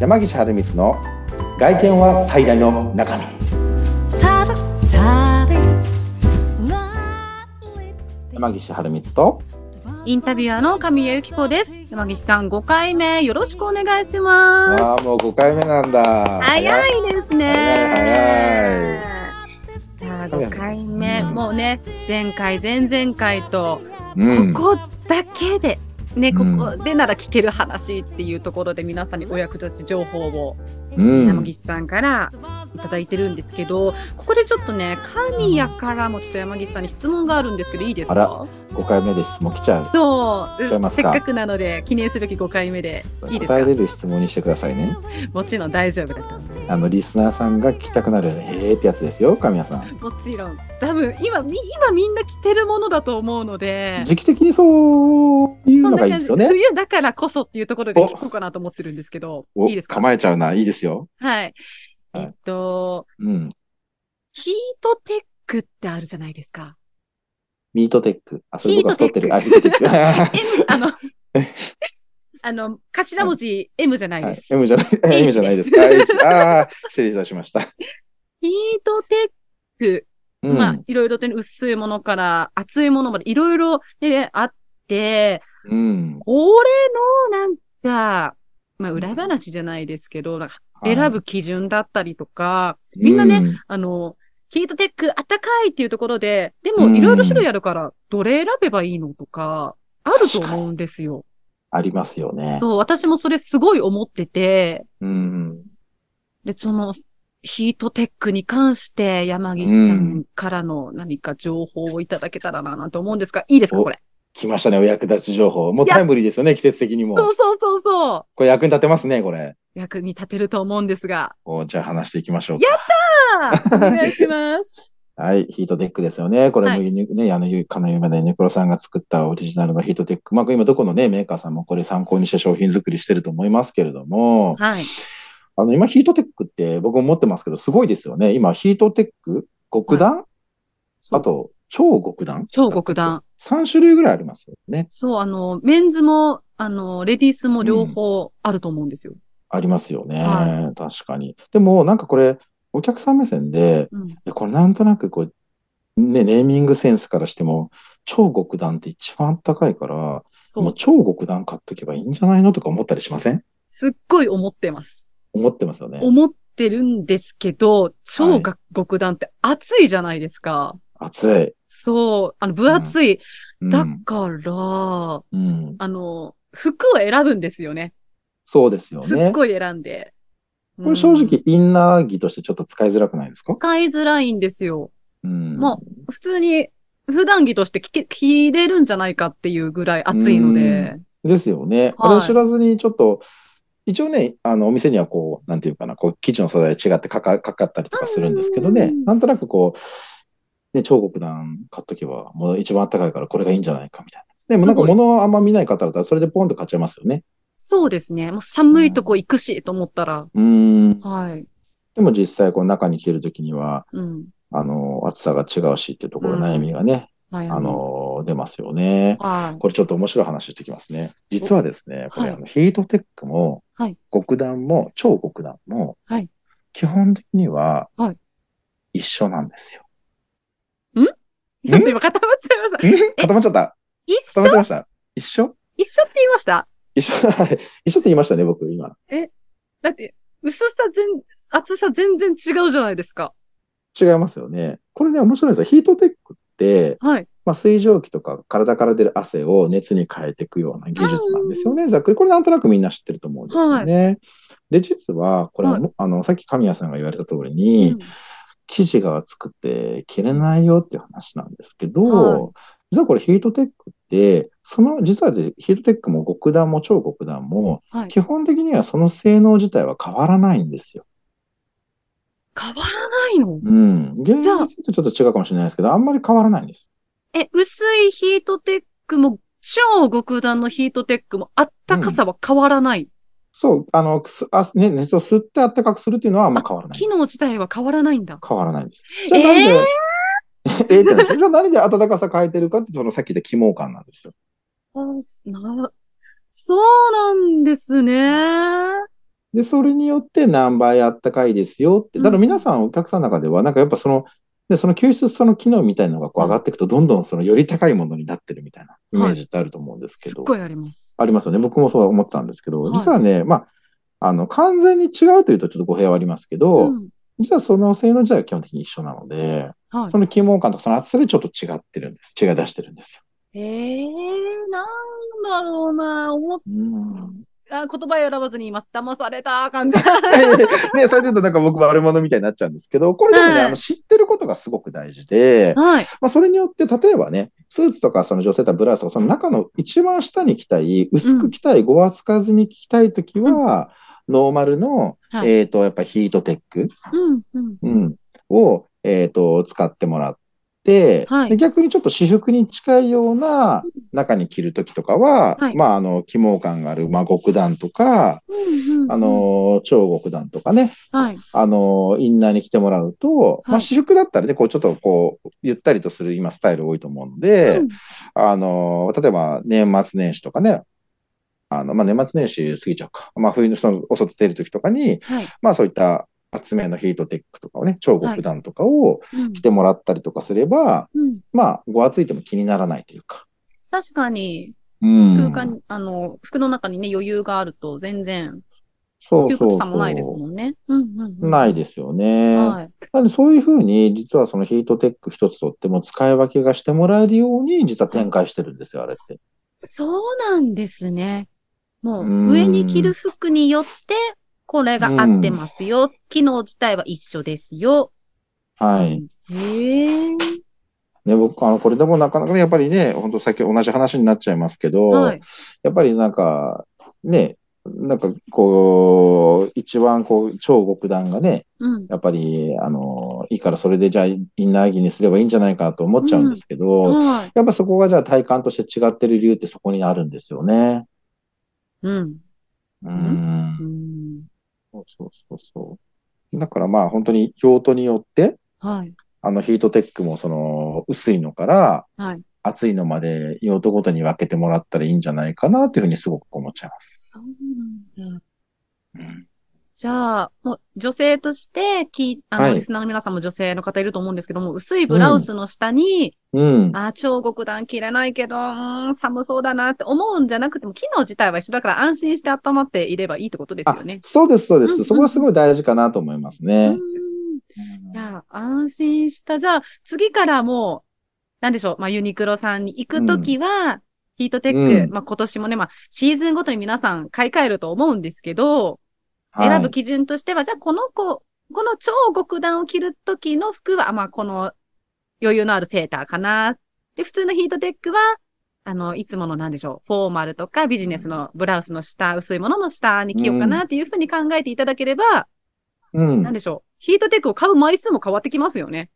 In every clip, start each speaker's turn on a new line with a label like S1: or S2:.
S1: 山岸春光の外見は最大の中身
S2: Tata, tata, lolly,
S1: 山岸春光と
S3: インタビュアーの神谷由紀子です。山岸さん、5回目よろしくお願いします。
S1: わあもう5回目なんだ
S3: 早いですね。
S1: 早い
S3: さあ、5回目、もうね、前回、前々回と、
S1: うん、
S3: ここだけで、ね、こ
S1: うん
S3: こでなら聞ける話っていうところで、皆さんにお役立ち情報を
S1: うん
S3: 山岸さんからいただいてるんですけど、ここでちょっとね、神谷からもちょっと山岸さんに質問があるんですけど、いいです
S1: あら
S3: か
S1: 5回目で質問来ちゃう
S3: そう
S1: しちゃいます
S3: せっ
S1: か
S3: かくなので、記念すべき5回目で、いいです
S1: 答え
S3: か
S1: れる質問にしてくださいね
S3: もちろん大丈夫だと思います。
S1: あのリスナーさんが聞きたくなるえーってやつですよ神谷さん
S3: もちろん多分今み今みんな着てるものだと思うので
S1: 時期的にそういうのがいいですよね
S3: 冬だからこそっていうところで
S1: お
S3: 聞こうかなと思ってるんですけど
S1: お
S3: いいですか
S1: 構えちゃうないいですよ
S3: はい
S1: はい
S3: えっと
S1: うん
S3: ヒートテックってあるじゃないですか
S1: ミートテックあそれ
S3: ヒー
S1: 僕は
S3: ト
S1: 太
S3: テ
S1: って
S3: ック
S1: るあヒートテックは
S3: M あの あの頭文字 M じゃないで
S1: い
S3: す、
S1: M じゃない M じゃないです
S3: H
S1: あ H あー失礼いたしました
S3: ヒートテック、
S1: うん
S3: まあいろいろとね薄いものから厚いものまでいろいろねあって
S1: うん
S3: これのなんかまあ裏話じゃないですけど、なんか選ぶ基準だったりとか、みんなね
S1: ね
S3: あの、ヒートテックあったかいっていうところで、で
S1: う
S3: も
S1: ん
S3: いろいろ種類あるから、どれ選べばいいのとか、あると思うんですよ。
S1: ありますよね
S3: そう、私もそれすごい思ってて、
S1: うん
S3: で、その、ヒートテックに関して山岸さんからの何か情報をいただけたらななんて思うんですが、いいですか
S1: お
S3: これ。
S1: 来ましたねお役立ち情報もうタイムリーですよね季節的に
S3: そ
S1: も
S3: うそうそうそ
S1: これ役に立てますねこれ
S3: う。役に立てると思うんです が。
S1: おじゃあ話していきましょうか
S3: ああお願いします。
S1: はい、ヒートテックですよね。これもユニ、ね、あの、ゆかの有名なユニクロさんが作ったオリジナルのヒートテック。まあ、今どこのね、メーカーさんもこれ参考にして商品作りしてると思いますけれども、
S3: はい。
S1: あの、今ヒートテックって僕も持ってますけど、すごいですよね。今、ヒートテック、極暖、
S3: そう
S1: あと、超極暖
S3: 超極暖。
S1: 3種類ぐらいありますよね。
S3: そう、あの、メンズも、あの、レディースも両方あると思うんですよ。
S1: ありますよね。
S3: は
S1: 確かに。でも、なんかこれ、お客さん目線で、
S3: うん。
S1: いやこれなんとなくこう、ね、ネーミングセンスからしても、超極暖って一番あったかいから、
S3: そう
S1: もう超極暖買っとけばいいんじゃないのとか思ったりしません
S3: すっごい思ってます。
S1: 思ってますよね。
S3: 思ってるんですけど、超が極弾って熱いじゃないですか。
S1: 暑い。
S3: そう、あの、分厚い。
S1: うん
S3: だから、
S1: うん
S3: あの、服を選ぶんですよね。
S1: そうですよ
S3: す
S1: ね。
S3: っ
S1: こ
S3: ごい選んで。
S1: れ正
S3: うん
S1: 直、インナー着としてちょっと使いづらくないですか
S3: 使いづらいんですよ。
S1: うん。
S3: も普通に、普段着として着け着れるんじゃないかっていうぐらい熱いので。
S1: ですよね。これを知らずにちょっと、一応ね、あの、お店にはこう、なんていうかな、こう、生地の素材違ってかか、かかったりとかするんですけどね
S3: う、ん
S1: なんとなくこう、ね、超極暖買っとけば、もう一番暖かいからこれがいいんじゃないかみたいな。でもなんか
S3: すごい
S1: 物をあんま見ない方だったら、それでポンと買っちゃいますよね。
S3: そうですね。もう寒いとこ行くし、と思ったら。
S1: うん。
S3: はい。
S1: でも実際、この中に着るときには、
S3: うん。
S1: あの、暑さが違うしっていうところ、悩みがね、
S3: はい。
S1: あ、の、出ますよね。
S3: はい。
S1: これちょっと面白い話してきますね。実はですね、
S3: お
S1: これ、
S3: はい
S1: あのヒートテックも
S3: はい、
S1: 極暖も、超極暖も
S3: はい、
S1: 基本的には
S3: は、
S1: 一緒なんですよ。
S3: ちょっと今固まっちゃいまし た。
S1: 固まっちゃった
S3: 一
S1: 固ま
S3: 緒
S1: っちゃいました一緒
S3: 一緒って言いました
S1: 一緒 一緒って言いましたね、僕、今。
S3: だって、薄さ全、厚さ全然違うじゃないですか。
S1: 違いますよね。これね、面白いですよ。ヒートテックって、
S3: はい。
S1: まあ、水蒸気とか体から出る汗を熱に変えていくような技術なんですよね。ざっくり。これなんとなくみんな知ってると思うんですよね。で、実は、これ、
S3: はい
S1: あの、さっき神谷さんが言われた通りに、
S3: うん
S1: 生地が厚くて着れないよっていう話なんですけど、
S3: は
S1: 実はこれヒートテックって、その、実はでヒートテックも極暖も超極暖も、
S3: はい。
S1: 基本的にはその性能自体は変わらないんですよ。
S3: 変わらないの
S1: うん。原
S3: じゃ
S1: 因
S3: あ
S1: についてちょっと違うかもしれないですけど、あんまり変わらないんです。
S3: え、薄いヒートテックも、超極暖のヒートテックも、あったかさは変わらない。
S1: そう、あの、くすあね、熱を吸って暖かくするっていうのはあんま変わらないんです
S3: 機能自体は変わらないんだ。
S1: 変わらないんです。じゃあなんで、ええーってなんですじゃあ何で暖かさ変えてるかって、そのさっき言った肝感なんですよ。
S3: あすなそうなんですね。
S1: で、それによって何倍あったかいですよって。だか
S3: う
S1: ら
S3: ん
S1: 皆さん、お客さんの中では、なんかやっぱその、で、その吸湿さの機能みたいなのがこう上がっていくと、どんどんそのより高いものになってるみたいなイメージってあると思うんですけ
S3: すっ
S1: ど。
S3: ごいあります。
S1: ありますよね。僕もそう思ってたんですけど、
S3: はい
S1: 実はね、まあ、あの、完全に違うというとちょっと語弊はありますけど、
S3: うん
S1: 実はその性能自体は基本的に一緒なので、
S3: はい
S1: その気門感とかその厚さでちょっと違ってるんです。違い出してるんですよ。
S3: ええー、なんだろうな、思っ
S1: うん。
S3: あ、言葉選ばずに言います。騙された感じ。
S1: ね、それで言うとなんか僕悪者みたいになっちゃうんですけど、これでもね、
S3: はい
S1: あの知ってることがすごく大事で、
S3: はい。
S1: まあ、それによって、例えばね、スーツとかその女性とかブラウスとか、その中の一番下に着たい、薄く着たい、ごわつかずに着たいときは、ノーマルの、
S3: はい
S1: えっ、と、やっぱヒートテック、
S3: うん、うん。
S1: うん、を、えっ、と、使ってもらって、
S3: はい
S1: で逆にちょっと私服に近いような中に着るときとかは、
S3: はい
S1: まあ、あの、起毛感がある、まあ、極段とか、
S3: うん、うん。
S1: あ、の、超極段とかね、
S3: はい。
S1: あの、インナーに着てもらうと、まあ、
S3: はい
S1: 私服だったらね、こう、ちょっとこう、ゆったりとする今、スタイル多いと思うので、
S3: うん
S1: あの、例えば、年末年始とかね、あの、まあ、年末年始過ぎちゃうか。まあ、冬のその、お外出る時とかに、
S3: はい。
S1: まあ、そういった厚めのヒートテックとかをね、超極段とかを
S3: うん
S1: 着てもらったりとかすれば、
S3: うん。
S1: まあ、ごわついても気にならないというか。
S3: 確かに、
S1: うん
S3: 空間、あの、服の中にね、余裕があると、全然、
S1: そう
S3: 窮
S1: そうそ
S3: 屈さも
S1: う。
S3: ないですもんね。うん、うん、うん。。
S1: ないいですよね。
S3: はい。
S1: なんでそういうふうに、実はそのヒートテック一つとっても使い分けがしてもらえるように、実は展開してるんですよ、あれって。
S3: そうなんですね。も
S1: うー
S3: う、
S1: ん
S3: 上に着る服によって、これが合ってますよ。機能自体は一緒ですよ。
S1: はい。
S3: へえ。
S1: ね、僕、あの、これでもなかなかね、やっぱりね、本当さっき同じ話になっちゃいますけど、
S3: はい。
S1: やっぱりなんか、ね、なんかこう、一番こう、超極段がね、
S3: うん。
S1: やっぱり、あの、いいからそれでじゃあインナー着にすればいいんじゃないかと思っちゃうんですけど、
S3: はい。
S1: やっぱそこがじゃあ体感として違ってる理由ってそこにあるんですよね。
S3: うん。
S1: うんん
S3: うん。
S1: そうそうそうそう。だからまあ本当に用途によって、
S3: はい。
S1: あのヒートテックもその薄いのから
S3: はい。
S1: 厚いのまで用途ごとに分けてもらったらいいんじゃないかなというふうにすごく思っちゃいます。
S3: そうなんだ。じゃあ、もう女性として、き、あの、
S1: はい
S3: リスナーの皆さんも女性の方いると思うんですけども、薄いブラウスの下に、
S1: うん。
S3: ああ、超極端着れないけど、うーん、寒そうだなって思うんじゃなくても、機能自体は一緒だから安心して温まっていればいいってことですよね。
S1: そうです、そうで
S3: うんうん
S1: す。そこがすごい大事かなと思います
S3: うー
S1: ね
S3: ん。。いや、安心した。じゃあ、次からもう、なんでしょう、まあ、ユニクロさんに行くときは、ヒートテック、
S1: うん
S3: まあ、今年もね、まあ、シーズンごとに皆さん買い替えると思うんですけど、
S1: はい
S3: 選ぶ基準としては、じゃあこの子、この超極段を着るときの服は、まあこの余裕のあるセーターかな。で、普通のヒートテックは、あの、いつものなんでしょう、フォーマルとかビジネスのブラウスの下、薄いものの下に着ようかなっていうふうに考えていただければ、
S1: うん
S3: なんでしょう、ヒートテックを買う枚数も変わってきますよね。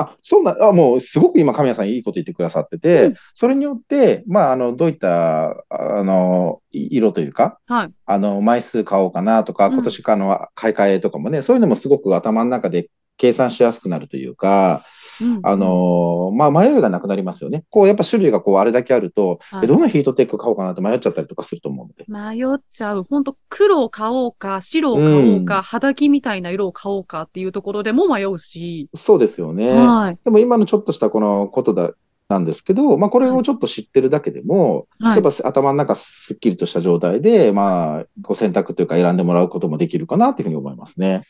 S1: あ、そうな、あ、もうすごく今、神谷さんいいこと言ってくださってて、
S3: うん
S1: それによって、まあ、あの、どういった、ああの、い色というか、
S3: はい
S1: あの、枚数買おうかなとか、
S3: うん
S1: 今年かの買い替えとかもね、そういうのもすごく頭の中で計算しやすくなるというか、
S3: うん
S1: あ、の、まあ、迷いがなくなりますよね。こう、やっぱ種類がこう、あれだけあると、
S3: はい
S1: えどのヒートテック買おうかなって迷っちゃったりとかすると思うので。
S3: 迷っちゃう。ほんと、黒を買おうか、白を買おうか、肌着みたいな色を買おうかっていうところでも迷うし。
S1: そうですよね。
S3: はい。
S1: でも今のちょっとしたこのことだ、なんですけど、まあ、これをちょっと知ってるだけでも、
S3: は
S1: や
S3: い
S1: っ。ぱ頭の中すっきりとした状態で、まあ、ご選択というか選んでもらうこともできるかなというふうに思いますね。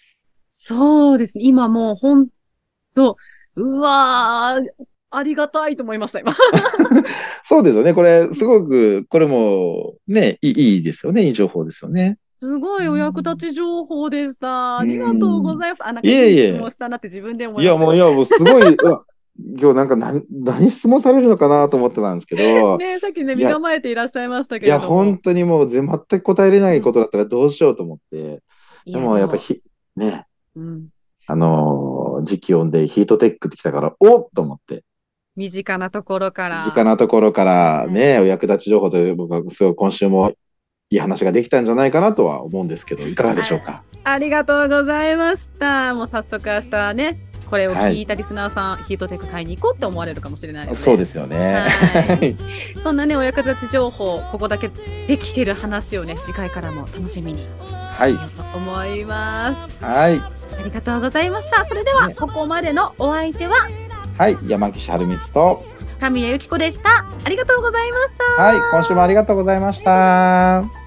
S3: そうですね。今もうほんと、うわー、ありがたいと思いました、今。
S1: そうですよね。これ、すごく、これも、ね、いいいいですよね。いい情報ですよね。
S3: すごいお役立ち情報でした。
S1: ん
S3: ありがとうございます。あ、なんか
S1: いえいえ
S3: いい質問したなって自分で思
S1: い
S3: いま
S1: や、
S3: した。
S1: もう、いや、もう、すごい、う わ今日なんか何、何質問されるのかなと思ってたんですけど、
S3: ね、さっきね、
S1: い
S3: 身
S1: や
S3: 構えていらっしゃいましたけ
S1: い
S3: れど
S1: や、
S3: も。
S1: 本当にもう、全全く答えれないことだったらどうしようと思って、
S3: い
S1: でも、やっぱ
S3: で
S1: ひ、ね、
S3: もうん
S1: あのー時期読んでヒートテックってきたから、おっと思って、
S3: 身近なところから。
S1: 身近なところからね、お役立ち情報という僕はすごい今週もいい話ができたんじゃないかなとは思うんですけど、いかがでしょうか。
S3: ありがとうございました。もう早速明日ね、これを聞いたリスナーさん、ヒートテック買いに行こうって思われるかもしれないよね。
S1: そうですよね。
S3: はい。そんなね、お役立ち情報、ここだけで聞ける話をね、次回からも楽しみに
S1: はい。
S3: したいと思います。
S1: はい。
S3: ありがとうございました。それでは、
S1: ね
S3: ここまでのお相手は、
S1: はい。山岸春光と、
S3: 神谷由紀子でした。ありがとうございました。
S1: はい。今週もありがとうございました。